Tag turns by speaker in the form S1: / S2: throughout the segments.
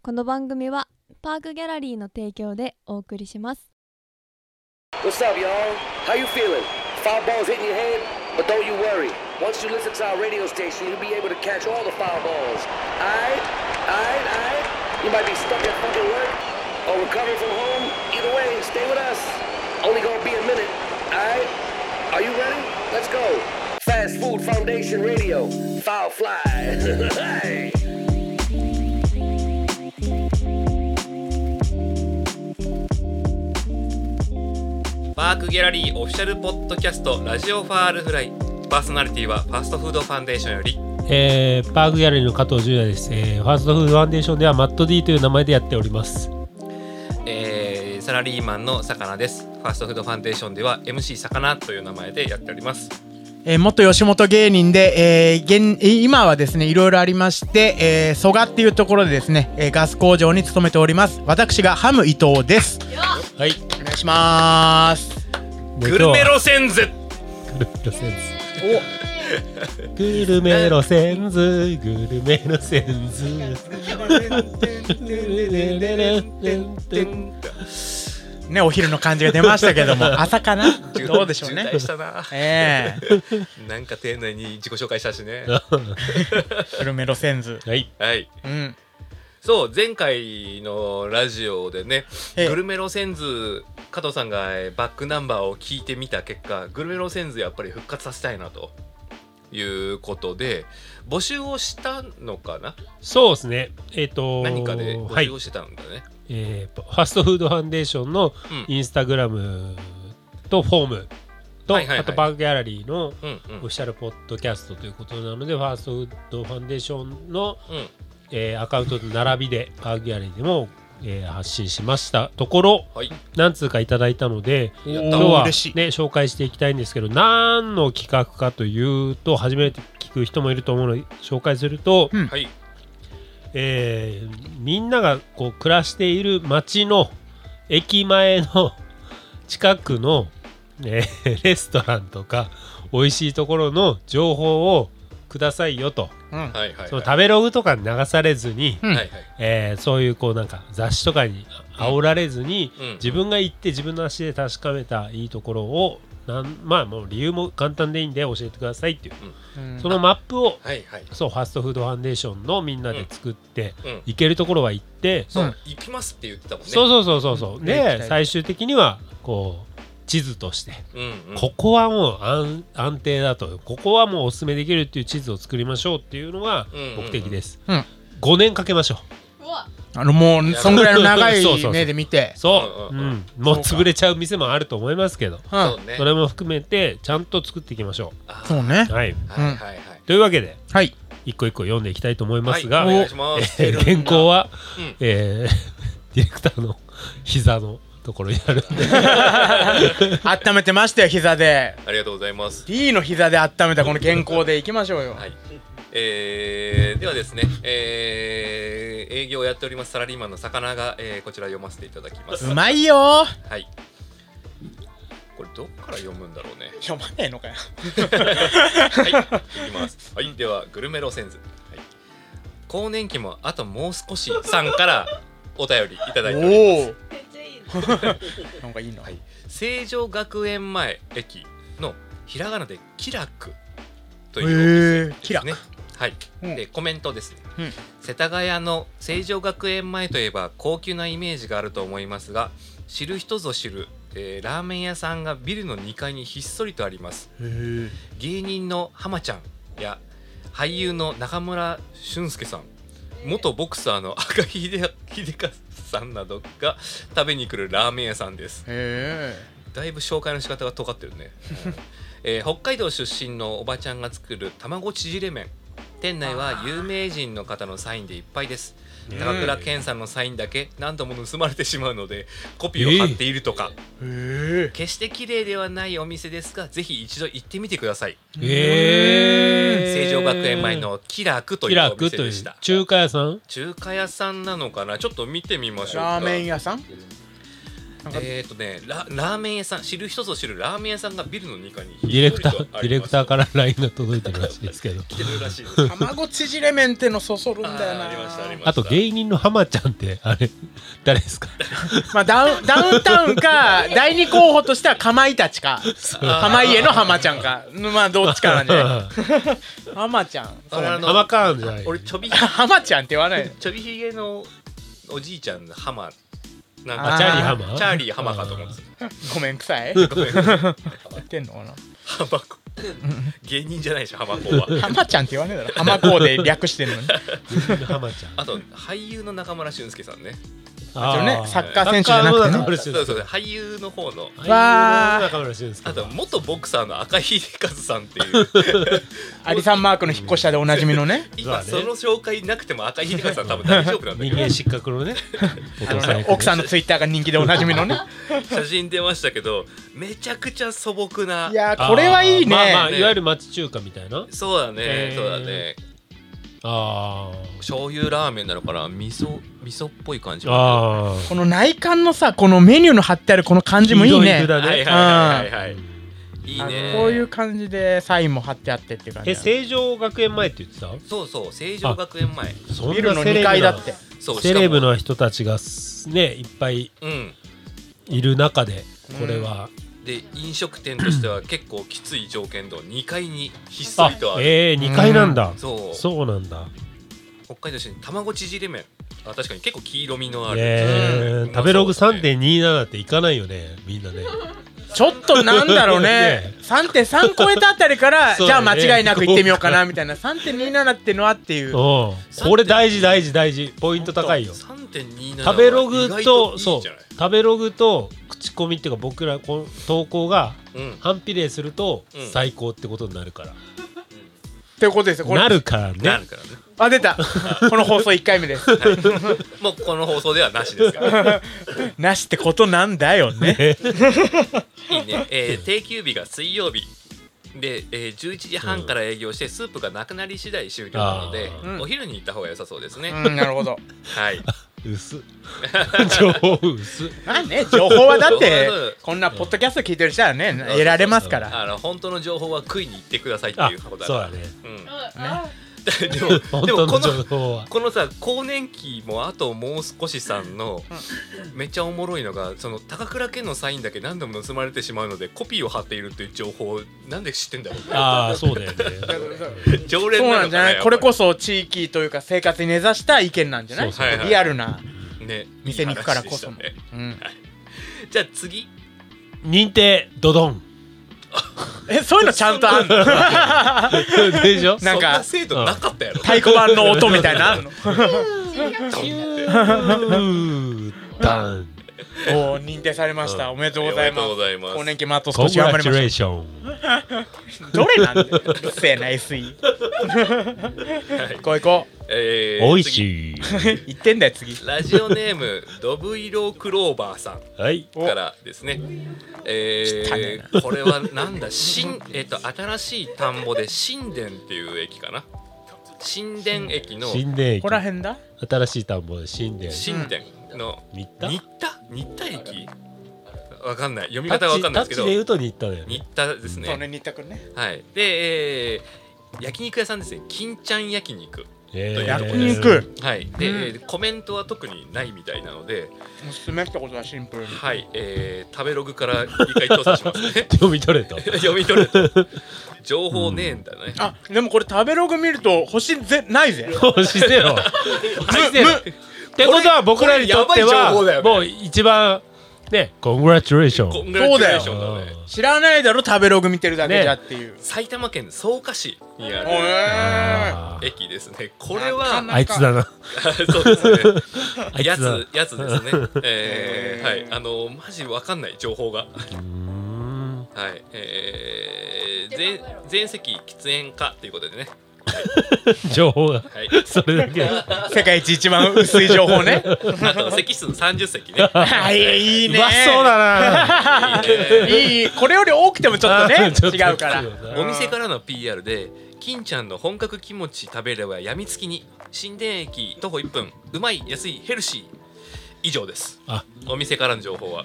S1: この番組はパークギャラリーの提供でお送りします。
S2: What's up, y'all? How you feeling? Foul balls hitting your head? But don't you worry. Once you listen to our radio station, you'll be able to catch all the foul balls. Aight? Aight? Aight? You might be stuck at fucking work or recovering from home. Either way, stay with us. Only gonna be a minute. Aight? Are you ready? Let's go. Fast Food Foundation Radio. Foul fly. Hey.
S3: パークギャラリーオフィシャルポッドキャストラジオファールフライパーソナリティはファーストフードファンデーションより
S4: えーパークギャラリーの加藤純也です、えーファーストフードファンデーションではマット D という名前でやっております。
S3: えーサラリーマンの魚ですファーストフードファンデーションでは MC 魚という名前でやっております
S5: えー、元吉本芸人で、えー現えー今はですねいろいろありまして、えー、蘇我っていうところでですね、えーガス工場に勤めております私がハム伊藤です
S4: はい。
S5: お願いします
S3: グルメ
S4: ロ
S3: 路線図
S4: センズ。グルメ路線図、グルメ路線図。
S5: ねお昼の感じが出ましたけども朝かなどうでしょう
S3: 渋
S5: ね
S3: 滞したな
S5: え
S3: なんか丁寧に自己紹介したしね
S5: ー、グルメ路線図
S4: はい。
S3: はい
S5: うん
S3: そう前回のラジオでね
S5: ええ
S3: グルメ路線図加藤さんがえーバックナンバーを聞いてみた結果グルメ路線図やっぱり復活させたいなということで募集をしたのかな
S4: そうですね。えっ、と
S3: 何かで
S4: は
S3: 募
S4: い
S3: 集を。してたんだね、
S4: えーファーストフードファンデーションの
S3: うん
S4: インスタグラムとフォームと、
S3: はいはいはい
S4: あとパークギャラリーの
S3: うんう
S4: オ
S3: ん
S4: フィシャルポッドキャストということなので、ファーストフードファンデーションの、
S3: うん
S4: えーアカウントと並びでパークギャラリーでも、えー発信しましたところ
S3: はい
S4: 何通かいただいたので
S3: やった
S4: 今日は、ね、
S5: 嬉しい
S4: 紹介していきたいんですけど何の企画かというと初めて聞く人もいると思うので紹介すると、
S5: うん
S3: はい
S4: えーみんながこう暮らしている町の駅前の近くの、 えーレストランとか美味しいところの情報をくださいよと、
S5: う
S3: は
S5: ん
S3: いはい
S4: そ
S3: は
S4: の
S3: い
S4: 食べログとかに流されずに、
S5: うん
S3: はいはい
S4: えーそういうこうなんか雑誌とかに煽られずに、
S3: うん
S4: 自分が行って自分の足で確かめたいいところをなんまあもう理由も簡単でいいんで教えてくださいっていう、
S5: うん
S4: そのマップを
S3: はいはい
S4: そうファストフードファンデーションのみんなで作って、
S3: うん
S4: 行けるところは行って、
S3: そう、
S5: うん
S3: 行きますって言ってたもんね
S4: そうそうそうそうそう、
S5: うん行きたい
S4: で
S5: ね
S4: 最終的にはこう地図として、
S3: うんうん
S4: ここはもう安安定だとここはもうおすすめできるっていう地図を作りましょうっていうのが
S3: うんうんうん
S4: 目的です、
S5: うん
S4: 5年かけましょう
S5: あのもうそんぐらいの長
S4: そうそうそ
S5: いう目で見て
S4: そ
S3: う
S4: う、うんん
S3: うんうん
S4: もう潰れちゃう店もあると思いますけど
S5: う
S3: そ
S5: ん
S3: うね
S4: それも含めてちゃんと作っていきましょ
S3: あー
S5: そうね
S4: う。はい、
S3: はいはいはい
S4: というわけで
S5: はい
S4: 一個一個読んでいきたいと思いますが、
S3: はいお願いします
S4: えー原稿は、
S3: うん
S4: えー ディレクターの膝のところにあるんで
S5: 温めてましたよ膝で
S3: ありがとうございます
S5: D の膝で温めたこの健康でいきましょうよ
S3: はい。えー、ではですね、えー、営業をやっておりますサラリーマンの魚が、えー、こちら読ませていただきます。
S5: うまいよー
S3: はい。これどっから読むんだろうね。
S5: 読まねえのかよ
S3: はい、いきます。はい、ではグルメ路線図。はい。更年期もあともう少しさんからお便りいただいております。
S5: おお なんかいいな
S3: はい、成城学園前駅のひらがなで気楽というお店ですね。
S5: へー気楽
S3: はい。
S5: うん
S3: でコメントですね。
S5: うん
S3: 世田谷の成城学園前といえば高級なイメージがあると思いますが、知る人ぞ知る、えーラーメン屋さんがビルの2階にひっそりとあります。芸人の浜ちゃんや俳優の中村俊介さん元ボクサーの 赤木秀秀和さんなどが食べに来るラーメン屋さんです
S5: へ
S3: だいぶ紹介の仕方が尖ってるね、えー北海道出身のおばちゃんが作る卵縮れ麺店内は有名人の方のサインでいっぱいです高倉健さんのサインだけ何度も盗まれてしまうのでコピーを貼っているとか、
S5: えへ
S3: 決して綺麗ではないお店ですがぜひ一度行ってみてください
S4: え
S3: 成城学園前の気楽と
S4: 気
S3: いうお
S4: 楽
S3: 店
S4: とい
S3: で
S4: う
S3: した
S4: 中華屋さん
S3: 中華屋さんなのかなちょっと見てみましょうか
S5: ラーメン屋さんなんか
S3: えっ、とねララーメン屋さん知る人ぞ知るラーメン屋さんがビルの2階に
S4: ディレクタ
S3: ひ
S4: ー
S3: っそりとあ
S4: ディ
S3: り
S4: レ
S3: ま
S4: ク
S3: す
S4: ターから LINE が届いてるらしいですけど
S3: 来てるらしいです
S5: 卵縮れ麺ってのそそるんだよな
S3: あーありましたありました
S4: あと芸人の浜ちゃんってあれ 誰ですか
S5: まあダウンダウンタウン か第二候補としてはかまいたちかかまいえの浜ちゃんかまあどっちかなんじゃない 浜ちゃんそう
S3: あ
S5: ね
S3: の
S4: 浜かんじゃない
S3: 俺ちょび
S5: 浜ちゃんって言わない
S3: ちょびひげのおじいちゃんのハマなん
S5: あ
S3: か
S4: チャーリー浜
S3: チャーリーハマかと思ってた
S5: ごめんくさい
S3: ごめんハ
S5: 言ってんのかな
S3: マ子芸人じゃないでしょハマ子 は
S5: 浜ちゃんって言わねえだろ浜子で略してん のに
S4: 芸人の浜ちゃん
S3: あと俳優の中村俊介さんね
S5: あとね
S4: ー
S5: サッカー選手じゃな
S4: サ
S5: く
S4: ッ
S5: て
S4: カー
S5: ね
S4: の中村
S3: そ
S4: 俊
S3: う
S4: 介
S3: そうそう俳優の方の
S5: わ
S4: 俳
S5: ー
S4: 優の中村俊介
S3: あと元ボクサーの赤井秀和さんって いう
S5: アリサンマークの引っ越し屋でおなじみのね
S3: 今
S4: そう
S3: そ
S4: だね
S3: の紹介なくても赤井秀和さん多分大丈夫なんだ
S4: 人
S3: けど
S4: 間失格 のねお
S5: あの
S4: 父さん役
S5: ね
S4: ね
S5: 奥さんのツイッターが人気でおなじみのね
S3: 写真出ましたけどめちゃくちゃ素朴ない
S5: やーこれ はいいね
S4: あーまあまあ
S3: ね
S4: いわゆる町中華みたいな
S3: そうだ
S4: え
S3: ね
S4: ー
S3: そうだね
S4: あ
S3: 醤油ラーメンなのかな味噌味噌っぽい感じ
S4: ーあー
S5: この内観のさこのメニューの貼ってあるこの感じもいい
S4: 黄色
S5: ね
S4: だね
S3: はいはいはいはいはいいい
S5: あ
S3: ね
S5: のこういう感じでサインも貼ってあってっていう感じ
S4: え
S5: だね
S4: 成城学園前って言ってた
S3: そうそう成城学園前
S4: そんな
S5: ビルの
S4: セレブ
S5: 2
S4: な
S5: 階だって
S3: そう
S4: セレブ
S3: しかも
S4: の人たちがすねいっぱい
S3: うん
S4: いる中でこれは、
S3: で飲食店としては結構きつい条件の2階にひっそりとある
S4: えー、2階なんだ、
S3: そう
S4: そうなんだ
S3: 北海道市に卵縮れ麺あ確かに結構黄色みのある、う
S4: えー
S3: ん
S4: 食べログ
S3: うまそうだね
S4: 3.27っていかないよねみん なね
S5: ちょっとなんだろうね
S4: ね
S5: 3.3超えたあたりから
S4: そう
S5: じゃあ
S4: だね
S5: 間違いなく行ってみようかなみたいな3.27ってのはっていう
S4: おこれ大事大事大事ポイント高いよ
S3: 3.27
S4: 食べログ
S3: は意外
S4: と
S3: いいじゃ
S4: そう
S3: ない
S4: 食べログと口コミっていうか僕らこの投稿が
S3: うん
S4: 反比例すると
S3: うん
S4: 最高ってことになるから、
S5: っていうことですよこれ
S4: なるから
S3: な
S4: ね
S3: るからね
S5: あ出たこの放送1回目です
S3: もうこの放送ではなしですから
S5: なしってことなんだよね
S3: いい ね、えー定休日が水曜日で、えー11時半から営業してスープがなくなり次第終了なので
S4: あ、
S5: ー
S3: お昼に行った方が良さそうですね、
S5: うんなるほど
S3: はい
S4: 薄 情報薄
S5: まあね情報はだっ
S3: 情
S5: て
S3: 報はそう
S5: こんなポッドキャスト聞いてる人はね得られますから
S3: あの本当の情報は食いに行ってくださいって
S4: あ
S3: いうことだか
S4: そう
S3: ら
S4: だね
S3: うんでも
S4: 本
S3: でもこの
S4: 当の情報は
S3: このさ更年期もあともう少しさんのめっちゃおもろいのがその高倉健のサインだけ何度も盗まれてしまうのでコピーを貼っているっていう情報をなんで知ってんだ ろう
S4: ああそうだよね
S3: 常連
S5: そう
S3: な
S5: な
S3: のか
S5: んじゃ
S3: な
S5: ないこれ
S3: や
S5: こそ地域というか生活に根ざした意見なんじゃない
S4: そうそう
S3: はいはい
S5: リアルな、
S3: っぱりね
S5: 店に行くからこそ
S3: いい話でしたね
S5: うん、
S3: じゃあ次
S4: 認定ドドン
S5: えそういうのちゃんとあんの
S4: で しょ
S5: なん
S3: そん
S5: か
S3: な制度なかったやろ
S5: 太鼓判の音みたいなのあんの
S4: ダン
S5: おー認定されました、
S4: うん
S5: おめでとう
S3: お
S5: ございます
S3: ざいま
S5: 更年期もあと
S4: コ
S5: 少
S4: ン
S5: し
S4: グ
S5: 頑張
S4: ラ
S5: り
S4: チ
S5: ま
S4: ュレ
S5: し
S4: ーション
S5: たどれなんだようっせえな SE
S3: はい
S5: 行こう行こう
S3: えー
S4: おいしい
S5: 言ってんだよ次
S3: 次ラジオネームドブイロクローバーさん
S4: はい
S5: お
S3: からですね。
S5: 汚ね
S3: えーこれはなんだ新えっと新しい田んぼで新田っていう駅かな。新田駅の
S4: 新田駅
S5: ここら辺だ
S4: 新しい田んぼで新田駅
S3: 新田の
S4: 新田
S3: 新田新田駅。わかんない読み方がわかんないですけ
S4: タッチで言
S3: ど
S4: うと新田だよね
S3: 新田です
S5: そう
S3: ね。
S5: ね新田君ね
S3: はい。で、えー焼肉屋さんですね。金ちゃん焼肉。
S4: え
S3: と
S4: ー。
S3: 焼
S5: 肉
S3: はい。で、
S5: うん
S3: えーコメントは特にないみたいなので、
S5: おすすめってことはシンプルに
S3: はい。えー食べログから一回調査しますね
S4: 読み取れた
S3: 読み取ると情報ねえんだね。
S5: あでもこれ食べログ見ると星ぜないぜ
S4: 星ゼロ星ゼロ
S5: む
S4: ってことは僕らにとって
S3: これやばい情報だよ
S4: は
S3: ね
S4: もう一番ねコングラチュレーショ
S3: コン
S4: ン
S3: グラチュレーションだね
S5: 知らないだろ食べログ見てるだけじゃっていう、
S3: 埼玉県草加市に
S5: お
S3: ある
S5: えー
S4: あー
S3: 駅ですねこれ
S5: なか
S3: は
S5: な
S4: あいつだな
S3: そうですね
S4: あい
S3: や
S4: つだ
S3: つやつですねえーは
S5: へ
S3: い
S5: ー
S3: あのマジわかんない情報が
S4: うーん
S3: はいえー全全席喫煙かということでね
S4: 情報が
S3: はい
S4: それだけ
S5: 世界一一番薄い情報ね
S3: あと席数30席ね
S5: はいいいうね
S4: まそうだ な
S3: いいね
S5: いいこれより多くてもちょっとね
S4: ちょっと
S5: 違うから
S4: 違うな
S3: お店からの PR で金ちゃんの本格キムチ食べればやみつきに新田駅徒歩1分うまい安いヘルシー以上です
S4: あ
S3: お店からの情報 は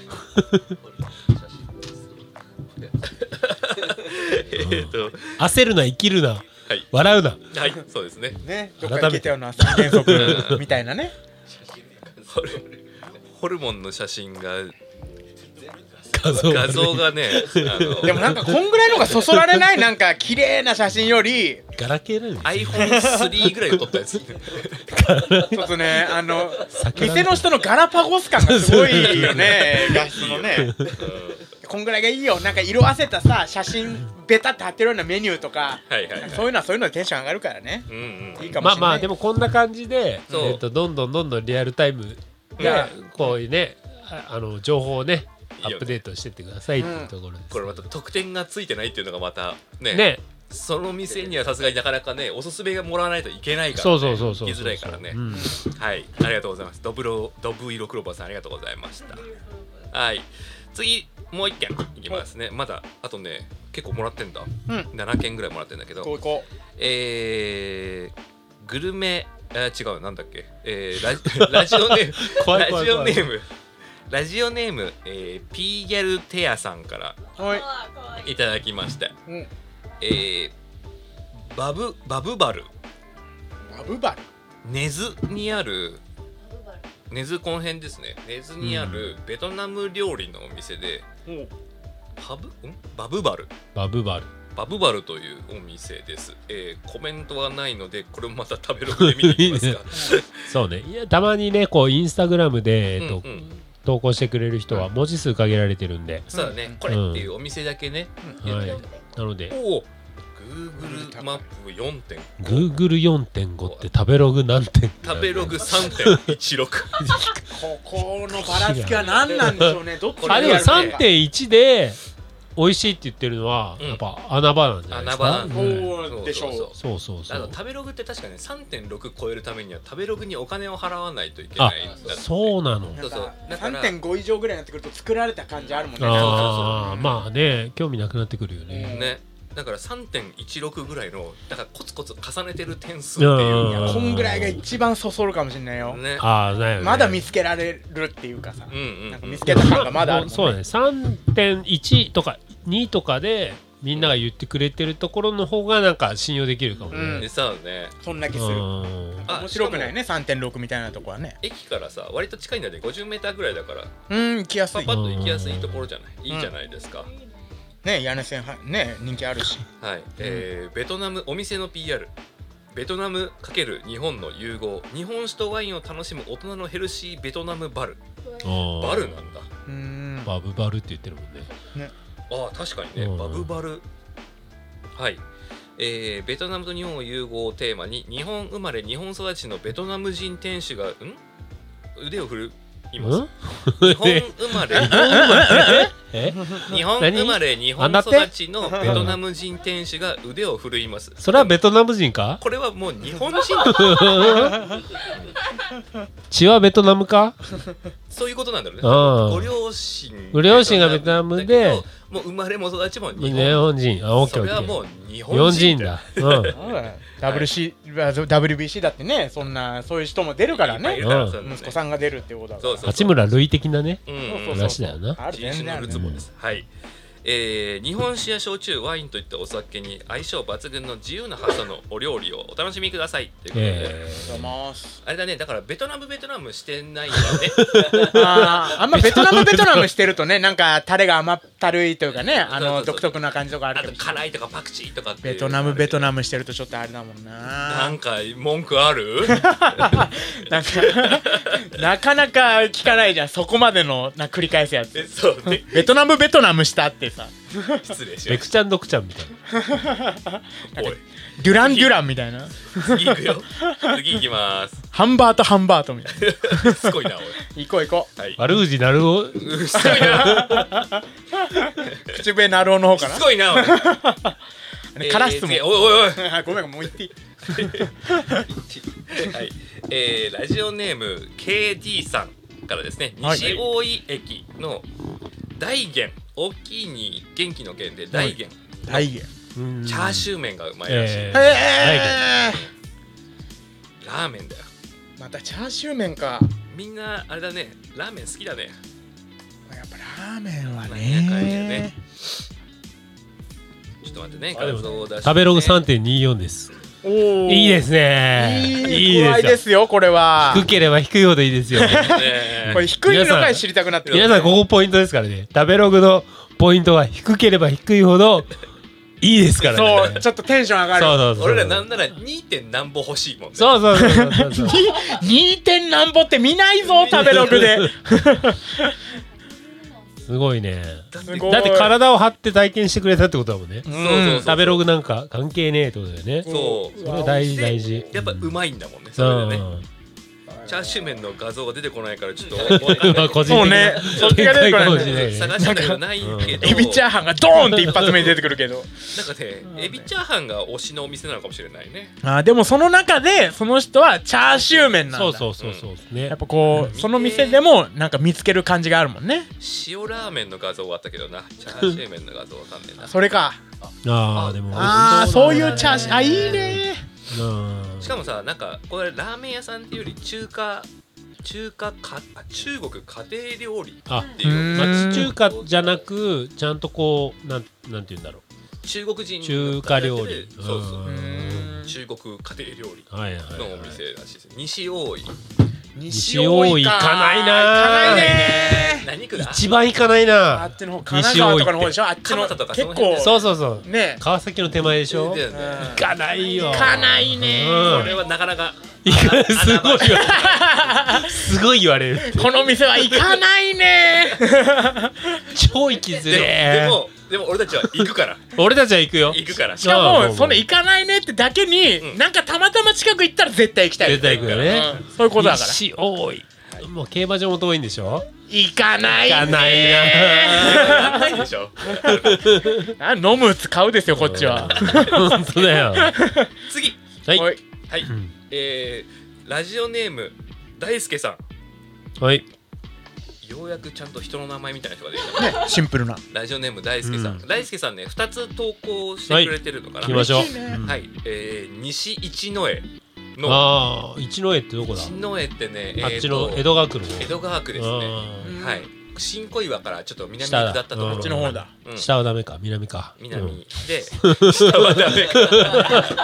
S3: えっと
S4: 焦るな生きるな
S3: はい
S4: 笑うな
S3: はいそうですね
S5: ね
S4: 改めて
S5: どっか聞いたような三 原則みたいなね
S3: ホルホルモンの写真が
S4: 画像
S3: 画像がねあの
S5: でもなんかこんぐらいのがそそられないなんか綺麗な写真より
S4: ガラケーなんですね
S3: iPhone3 ぐらいを撮ったやつ
S5: ちょっとねあの
S4: 桜
S5: 店の人のガラパゴス感がすごいよね画質のねこんぐらいがいいよなんか色あせたさ写真ベタって貼ってるようなメニューとか
S3: はいはいはい
S5: そういうのはそういうのでテンション上がるからね
S3: うんうん
S5: いいかも
S4: ま
S5: し
S4: あ
S5: れな
S4: ま
S5: い
S4: あでもこんな感じで、え
S3: そう
S4: ー、とどんどんどんどんリアルタイムがこういうねああの情報をねア
S3: いいよね
S4: ップデートしてってくださいっていうところです、
S3: これまた特典がついてないっていうのがまたね
S4: ね
S3: その店にはさすがになかなかねおすすめがもらわないといけないから、ね、
S4: そうそうそうそう
S3: 行きづらいからね、
S4: うん
S3: はいありがとうございますドブロドブイロクロバさんありがとうございましたはい次もう一件いきますねまだあとね結構もらってんだ、
S5: うん
S3: 7件ぐらいもらってんだけど
S5: こうこ
S3: えー、グルメあ違うなんだっけ、えー、ラジ ラジオネーム
S4: 怖い怖
S3: ラ
S4: い
S3: ジ
S4: 怖
S3: オ
S4: い
S3: ネームラジオネーム、えー、ピーギャルテアさんから
S5: うはい
S3: いただきました、
S5: うん
S3: えー、バブバブバル
S5: バブバル
S3: 根津にある根津この辺ですね根津にあるベトナム料理のお店で、ハブんバブバル
S4: バブバル
S3: バブバルというお店です、えーコメントはないのでこれもまた食べログで見ていきますか
S4: そうねいやたまにねこうインスタグラムで、えーと
S3: うんうん
S4: 投稿してくれる人は文字数限られてるんで、
S3: そうだね、
S5: うん
S3: これっていうお店だけね、言っ
S4: は
S3: て
S4: い、なので
S3: おお Google マップ4点
S4: Google4.5 って食べログ何点
S3: 食べログ3.16
S5: ここのばらつきは何なんでしょうねどっ ち
S3: これ
S4: あでも
S3: やるね
S4: 3.1で美味しいって言ってるのは、
S3: うん
S4: やっぱ穴場なんじゃないですか
S3: 穴場
S4: うん
S5: そうでしょう
S3: そうそう
S4: そうそうそ
S3: あの
S4: う
S3: 食べログって確かね3.6超えるためには食べログにお金を払わないといけないんだって
S4: そうなの
S5: なん
S3: そう
S5: か
S3: そうだから
S5: 3.5以上ぐらいになってくると作られた感じあるもんね
S4: あーまあね興味なくなってくるよね、
S3: ねだから3.16ぐらいのだからコツコツ重ねてる点数っていう
S4: うん
S5: こんぐらいが一番そそるかもしれないよ、
S3: ね
S4: ああだよね
S5: まだ見つけられるっていうかさ、
S3: うんうん
S5: なんか
S3: うん
S5: 見つけた感がまだあるもんね
S4: そうね3.1とか2とかでみんなが言ってくれてるところの方がなんか信用できるかもね、
S5: うん
S3: でさね
S5: そんな気
S4: う
S5: する
S4: ん
S3: あ
S5: 面白くないね3.6みたいなとこはね
S3: 駅からさ割と近いんだね 50m ぐらいだから
S5: うん行きやす
S3: パ
S5: い
S3: パッと行きやすいところじゃないいいじゃないですか、
S5: ね屋根線はね人気あるし
S3: はい、えーベトナムお店の PR ベトナム×日本の融合日本酒とワインを楽しむ大人のヘルシーベトナムバル
S4: うん
S3: バルなんだ
S5: うーん
S4: バブバルって言ってるもんね
S3: ああ確かにね、
S4: うん
S3: バブバルはいえーベトナムと日本を融合をテーマに日本生まれ日本育ちのベトナム人店主がん腕を振るいます
S4: ん
S3: 日本生ま れ
S4: え
S3: 日本
S4: 何
S3: 生まれ日本育ちのベトナム人店主が腕を振るいます
S4: それはベトナム人か
S3: これはもう日本 人
S4: 血はベトナムか
S3: そういうことなんだろうね
S4: うん
S3: ご両親
S4: ご両親がベトナムで
S3: だけどもう生まれも育ちも日
S4: 日
S3: 本
S4: 本人あオッ
S3: そ
S4: ケーオ
S3: れは
S4: ッケ
S3: もう
S4: ー
S3: 日
S4: 日本
S3: 本人
S4: 人だうん
S5: WC あ WBC だってねそんなそういう人も出るから
S3: いっぱいい
S5: ね
S3: るから
S4: うん
S3: そうだね
S5: 息子さんが出るっていうことだから
S3: そうそう
S4: 八村塁的なね
S3: うんうん
S5: そうそうそう
S4: 話だよな
S5: ある
S3: 人
S5: 全
S3: 種
S5: 然
S3: の
S5: ある
S3: るつ
S5: ね
S3: ぼです、はい、えー日本酒や焼酎ワインといったお酒に相性抜群の自由な発想のお料理をお楽しみくださいっていうことで、
S4: え
S5: どうもーす
S3: あれだねだからベトナムベトナムしてないんだ
S5: あーあんまベトナムベトナムしてるとねなんかタレが甘ったるいというかねあ
S3: そうそ
S5: の
S3: うそう
S5: 独特な感じとかあ
S3: ねあ
S5: るけ
S3: と
S5: ど
S3: 辛いとかパクチーとかっていう
S5: ベトナムベト
S3: ナ
S5: ナムしてるとちょっとあれだもんな
S3: なんか文句ある
S5: なんか なかなか聞かないじゃんそこまでのな繰り返すや
S3: え
S5: つ
S3: そうね
S5: ベトナムベトナムしたってさ
S3: 失礼し
S4: レ
S3: ま
S4: ク
S3: し
S4: ちゃんドクちゃんみたいな
S3: たおい
S5: デュラン・デュランみたいな
S3: 次行くよ次行きま
S5: ハンバートハンバートみたい
S3: す
S5: な
S3: すごいなおい
S5: 行こう行こ
S3: はい
S4: 悪口なるおう
S3: うんすごいな
S5: う口笛なるおの方か
S3: すごいなおい
S5: なカラスも
S3: えー次おいおいおい
S5: ごめんごめんもう言っていい
S3: はい、えーラジオネーム KD さんからですね
S5: はい
S3: 西大井駅の大源大きいに元気の源で大源、
S5: 大ゲ
S4: ん
S3: チャーシュー麺がうまいらしい、
S4: えー
S5: え
S3: ラーメンだよ
S5: ーまたチャーシュー麺か
S3: みんなあれだねラーメン好きだね
S5: やっぱラーメンは
S3: なんやかんやね
S5: ね
S3: ちょっと待ってね
S4: あでも
S3: 画像を出してね
S4: 食べログ3.24です。
S5: おー
S4: いいですね。
S5: いい具合
S4: で
S5: です
S4: よ。
S5: すよこれは
S4: 低ければ低いほどいいですよ。
S3: ね
S5: これ低いのが知りたくなって
S4: 皆さんここポイントですからね。食べログのポイントは低ければ低いほどいいですからね。
S5: そうちょっとテンション上がる
S4: そうそうそう。
S3: 俺らなんなら 2. 点なんぼ欲しいもんね
S4: そうそうそうそうそう。
S5: 2点なんぼって見ないぞ食べログ で
S4: すごいね。
S3: だって
S5: すごい
S4: だって体を張って体験してくれたってことだもんね。
S3: そうそうそう
S4: 食べログなんか関係ねえってことだよね。
S3: そう
S4: それは大事
S3: で
S4: 大事。
S3: やっぱうまいんだもんね
S4: う
S3: それでね
S4: ん。
S3: チャーシュー麺の画像が出てこないからちょっとわかんな
S4: ま
S3: い
S4: あ個人的
S5: そうねそっちが出てこ
S4: 見解
S5: ない
S4: かもしれないね
S3: 探したけどないけど
S5: エビチャーハンがドーンって一発目に出てくるけど
S3: なんかねエビチャーハンが推しのお店なのかもしれないね
S5: あーでもその中でその人はチャーシュー麺なんだ
S4: そうそうそうそうですね。
S5: やっぱこうその店でもなんか見つける感じがあるもんね
S3: 塩ラーメンの画像はあったけどなチャーシュー麺の画像わかんね えな
S5: それか
S4: ああでも
S5: ああそういうチャーシューあいいね
S4: うん
S3: しかもさなんかこれラーメン屋さんっていうより中華中華かあ中国家庭料理
S4: あ
S3: っていう
S5: うーん
S4: 町中華じゃなくちゃんとこうなんなんて言うんだろ
S3: 中国人
S4: う
S3: の
S4: 中華料理
S3: そうそう
S5: う
S4: うん
S5: ん
S3: 中国家庭料理
S4: はいはいはい
S3: のお店らしいです西大井
S4: 西大井行かないなー
S5: 行かないねー
S3: 何区だ
S4: 一番行かない
S5: あ
S4: な
S5: っちの方神奈川とかの方でしょあっちの
S3: 蒲田とかそ
S5: 結
S3: の辺
S5: 構
S3: で
S4: そうそうそう
S5: ね
S4: 川崎の手前でしょ
S3: だよ
S5: え
S3: ね
S5: うん
S4: 行かないよ
S5: 行かないね
S4: うん
S3: これはなかなか
S4: 行かない
S3: あ
S4: すごい言われるすごい言われる
S5: この店は行かないね
S4: 超行きづ
S3: でもで
S4: れー
S3: もでも俺たちは行くから
S4: 俺たちは行くよ
S3: 行くから
S5: しか
S4: う
S5: も
S4: ん
S5: その行かないねってだけに、
S3: うん
S5: なんかたまたま近く行ったら絶対行きたい
S4: 絶対行くよね
S5: うんそういうことだから
S4: 西多いもう競馬場も遠いんでしょ
S5: 行かないね
S4: 行かない
S3: やんないでし ょ
S5: あ飲む使うですよこっちは
S4: な 本当だよ
S3: 次
S4: はい
S5: おい
S3: はい
S4: ん
S3: えーラジオネーム大輔さ
S4: はい
S3: んようやくちゃんと人の名前みたいな人が出てきた
S5: シンプルな
S3: ラジオネーム大輔さん、
S4: う
S3: 大輔さんね2つ投稿してくれてるのか
S4: 行
S3: な
S4: きましょう
S5: 嬉しいね
S4: うん
S3: はい、えー西一之江の
S4: ああ一ノ江ってどこだ
S3: 一之江ってね、
S4: あっちの江
S3: 江戸
S4: 戸川区の
S3: 江戸川区ですね
S4: あ
S5: うん
S3: はい新小岩からちょっと南に下ったところ
S4: 下だ
S5: こっちの方だ
S3: うん
S4: ー下はダメか南か
S3: 南
S4: うん
S3: で下はダメか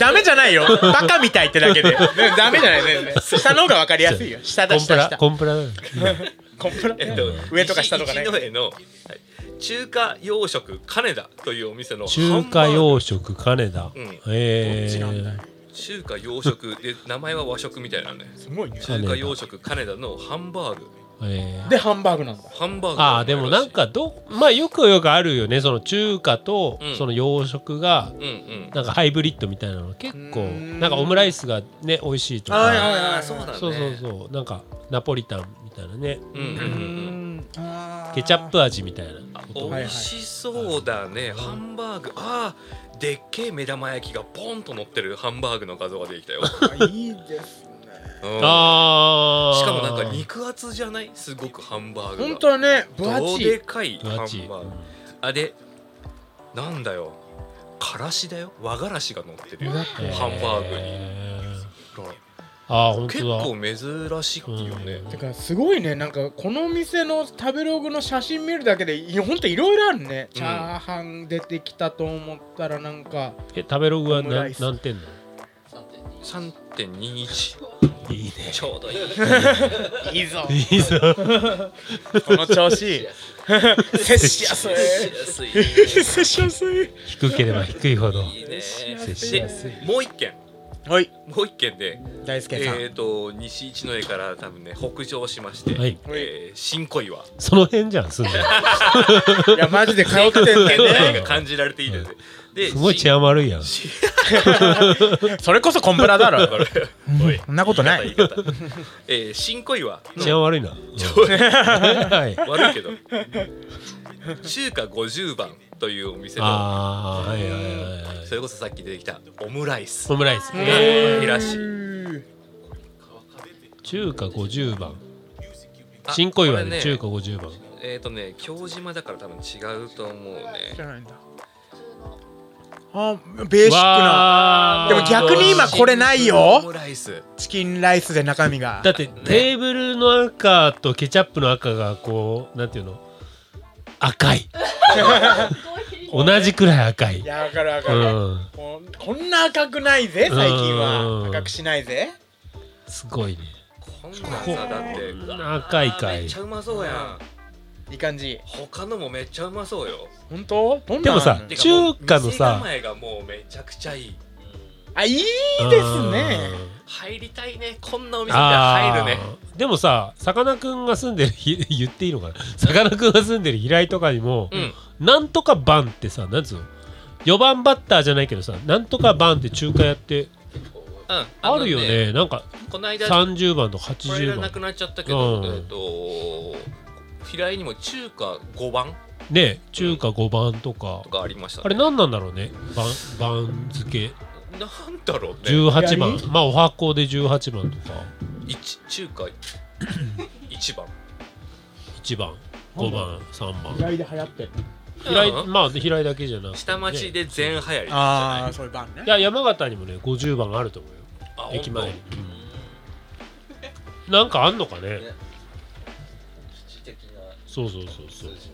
S5: ダメじゃないよバカみたいってだけで、ね ダメじゃない全然下の方が分かりやすいよ下だ
S4: コンプ
S5: 下
S4: ラ
S5: 下
S4: コンプラだよ
S5: コンプラ
S3: えっと
S5: 上とか下とかね
S3: 西一之江のはい中華洋食金田というお店の
S4: 中華
S3: ハンバー
S4: 洋食金田
S3: うん
S4: え
S5: どっちなん
S4: ー
S5: だ
S3: グ中華洋食で名前は和食みたいなね
S5: すごいね
S4: 金
S3: 中
S4: 田
S3: 華洋食金田のハンバーグ
S4: えー
S5: でハンバーグなんだ
S3: ハンバーグ
S4: ああでもなんかどまあよくよくあるよねその中華と
S3: うん
S4: その洋食が
S3: うんうん
S4: なんかハイブリッドみたいなの結構
S5: うん
S4: なんかオムライスがね美味しいと
S5: はいはい
S4: か
S3: ああそうだね
S4: そうそうそうなんかナポリタンみたいなね
S3: うんうんうん
S4: ケチャップ味みたいなこと
S3: 美味しそうだね、ハンバーグあーでっけえ目玉焼きがポンと乗ってるハンバーグの画像ができたよ、
S5: プいいですね
S3: うん
S4: ああ
S3: しかもなんか肉厚じゃないすごくハンバーグが
S5: 本当はね分
S3: どう
S5: 厚
S3: で
S5: い
S3: かいハン
S4: 分
S3: バ
S4: 厚い
S3: ーグあれなんだよからしだよ和がらしが乗ってるよ
S4: え
S3: ハンバーグに
S4: ああ本
S3: 結
S4: 当だ
S3: 構珍しいよね、
S5: てかすごいねなんかこの店の食べログの写真見るだけでいやほんといろいろあるね、チャーハン出てきたと思ったらなんか
S4: え食べログは
S5: オムラ
S4: 何
S5: イス
S4: 何点なの
S3: 3.21
S4: いいね
S3: ちょうどいい
S5: いいぞ
S4: いいぞ
S5: この調子接しやすい
S3: 安い
S5: 接しやすい
S4: 低ければ低いほど
S3: いい ね
S4: 接しやすい
S3: でもう一軒
S5: はい
S3: もう一軒で
S5: 大輔さん、
S3: えー、と西一之江から多分ね北上しまして、
S4: はい
S3: えー新小岩
S4: その辺じゃんすんの
S5: いやマジで通って
S3: 県
S5: んだ
S3: 内
S5: よね
S3: が感じられていいですね、です
S4: ごい治安悪いやん
S3: 新
S5: それこそコンプラ だろ
S3: おい
S5: そんなことな
S3: 言い
S5: い
S3: 方、えー、新小岩
S4: 治安悪い な。はい。
S3: 悪いけど中華50番というお店の
S4: ああ、はいはいはいはい。
S3: それこそさっき出てきたオムライス
S4: オムライス。
S3: が
S4: え
S3: いらしい
S4: ー中華50番。
S3: あ
S4: 新小岩
S3: これ
S4: で中華50番。
S3: えっ、とね京島だから多分違うと思うね
S5: じゃないんだあベーシックな
S4: わ
S5: でも逆に今これないよ
S3: オムライス
S5: チキンライスで中身が
S4: だってテーブルの赤とケチャップの赤がこうなんていうの赤い同じくらい赤い
S5: いやわかるわか
S4: う
S5: る、
S4: ん
S5: こんこんな赤くないぜ最近
S4: う
S5: は
S4: ん
S5: 赤くしないぜ
S4: すごいね
S3: こんなんさだって
S4: こんな赤いかい
S3: めっちゃうまそうやん
S5: いい感じ
S3: 他のもめっちゃうまそうよ
S5: 本当どん
S4: で
S5: なん
S4: もさ
S3: てかもう
S4: 中華のさ
S3: 店構えがもうめちゃくちゃいい
S5: あいいですね
S3: 入りたいねこんなお
S4: うん
S3: 店で入るね
S4: あーでもささかなクンが住んでる ひ言っていいのかなさかなクンが住んでる平井とかにも、
S3: うん
S4: なんとかバンってさなんつうの4番バッターじゃないけどさなんとかバンって中華やって
S3: うん
S4: あ
S3: の
S4: るよねなんか
S3: この間
S4: 30番とか
S3: これ
S4: 80
S3: がな
S4: 番
S3: くなっちゃったけど、
S4: うん
S3: えっと平井にも中華5番
S4: ね中華5番とか
S3: とかありました、
S4: あれ何なんだろうね番番付け
S3: なんだろうね
S4: 18番
S5: 左
S4: まあお箱で18番とか
S3: 一中 華1番
S4: 1番5番3番
S5: 外で流行ってる
S4: 平井
S3: うん
S4: まあ平井だけじゃなくてね
S3: 下町で全流行りじゃない
S5: ああそういう番ね
S4: いや山形にもね50番あると思うよ
S3: あ
S4: 駅前に
S3: 本
S4: なんかあんのかね
S3: ね当基地的な
S4: そうそうそうそう
S3: 数字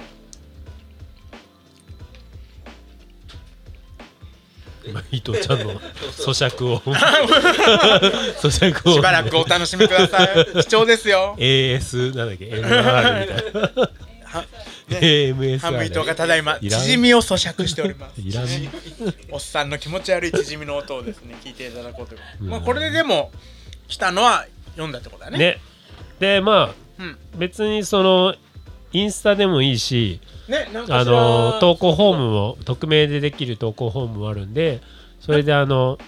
S4: 今伊藤ちゃん の咀嚼を咀嚼を
S5: しばらくお楽しみくださ い貴重ですよ
S4: AS なんだっ け MR みた
S5: ね
S4: たいな AMS
S5: ハム伊藤がただいま
S4: いらん
S5: 縮みを咀嚼しております
S4: いらん
S5: おっさんの気持ち悪い縮みの音をですね聞いていただこうという
S4: うん
S5: まあこれででも来たのは読んだってことだね
S4: ねでまあ、
S5: うん
S4: 別にそのインスタでもいいし
S5: ねなんか
S4: あ
S5: しら
S4: の投稿フォームも匿名でできる投稿フォームもあるんでそれであの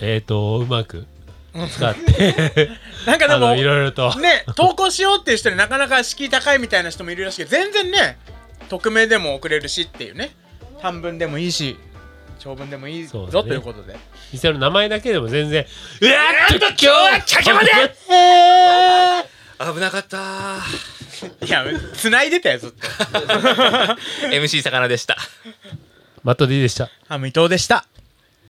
S4: えっ、とうまく使って
S5: なん かで
S4: あのい
S5: も
S4: ろいろと
S5: ね投稿しようっていう人になかなか敷居高いみたいな人もいるらしいけど全然ね匿名でも送れるしっていうね短文でもいいし長文でもいいぞ
S4: そうだね
S5: ということで
S4: 店の名前だけでも全然「うわーっと今日はかけまで!」
S3: 危なかったー
S5: いや繋いでたよずっと
S3: MC 魚でした
S4: マット D でした
S5: ハム伊藤でした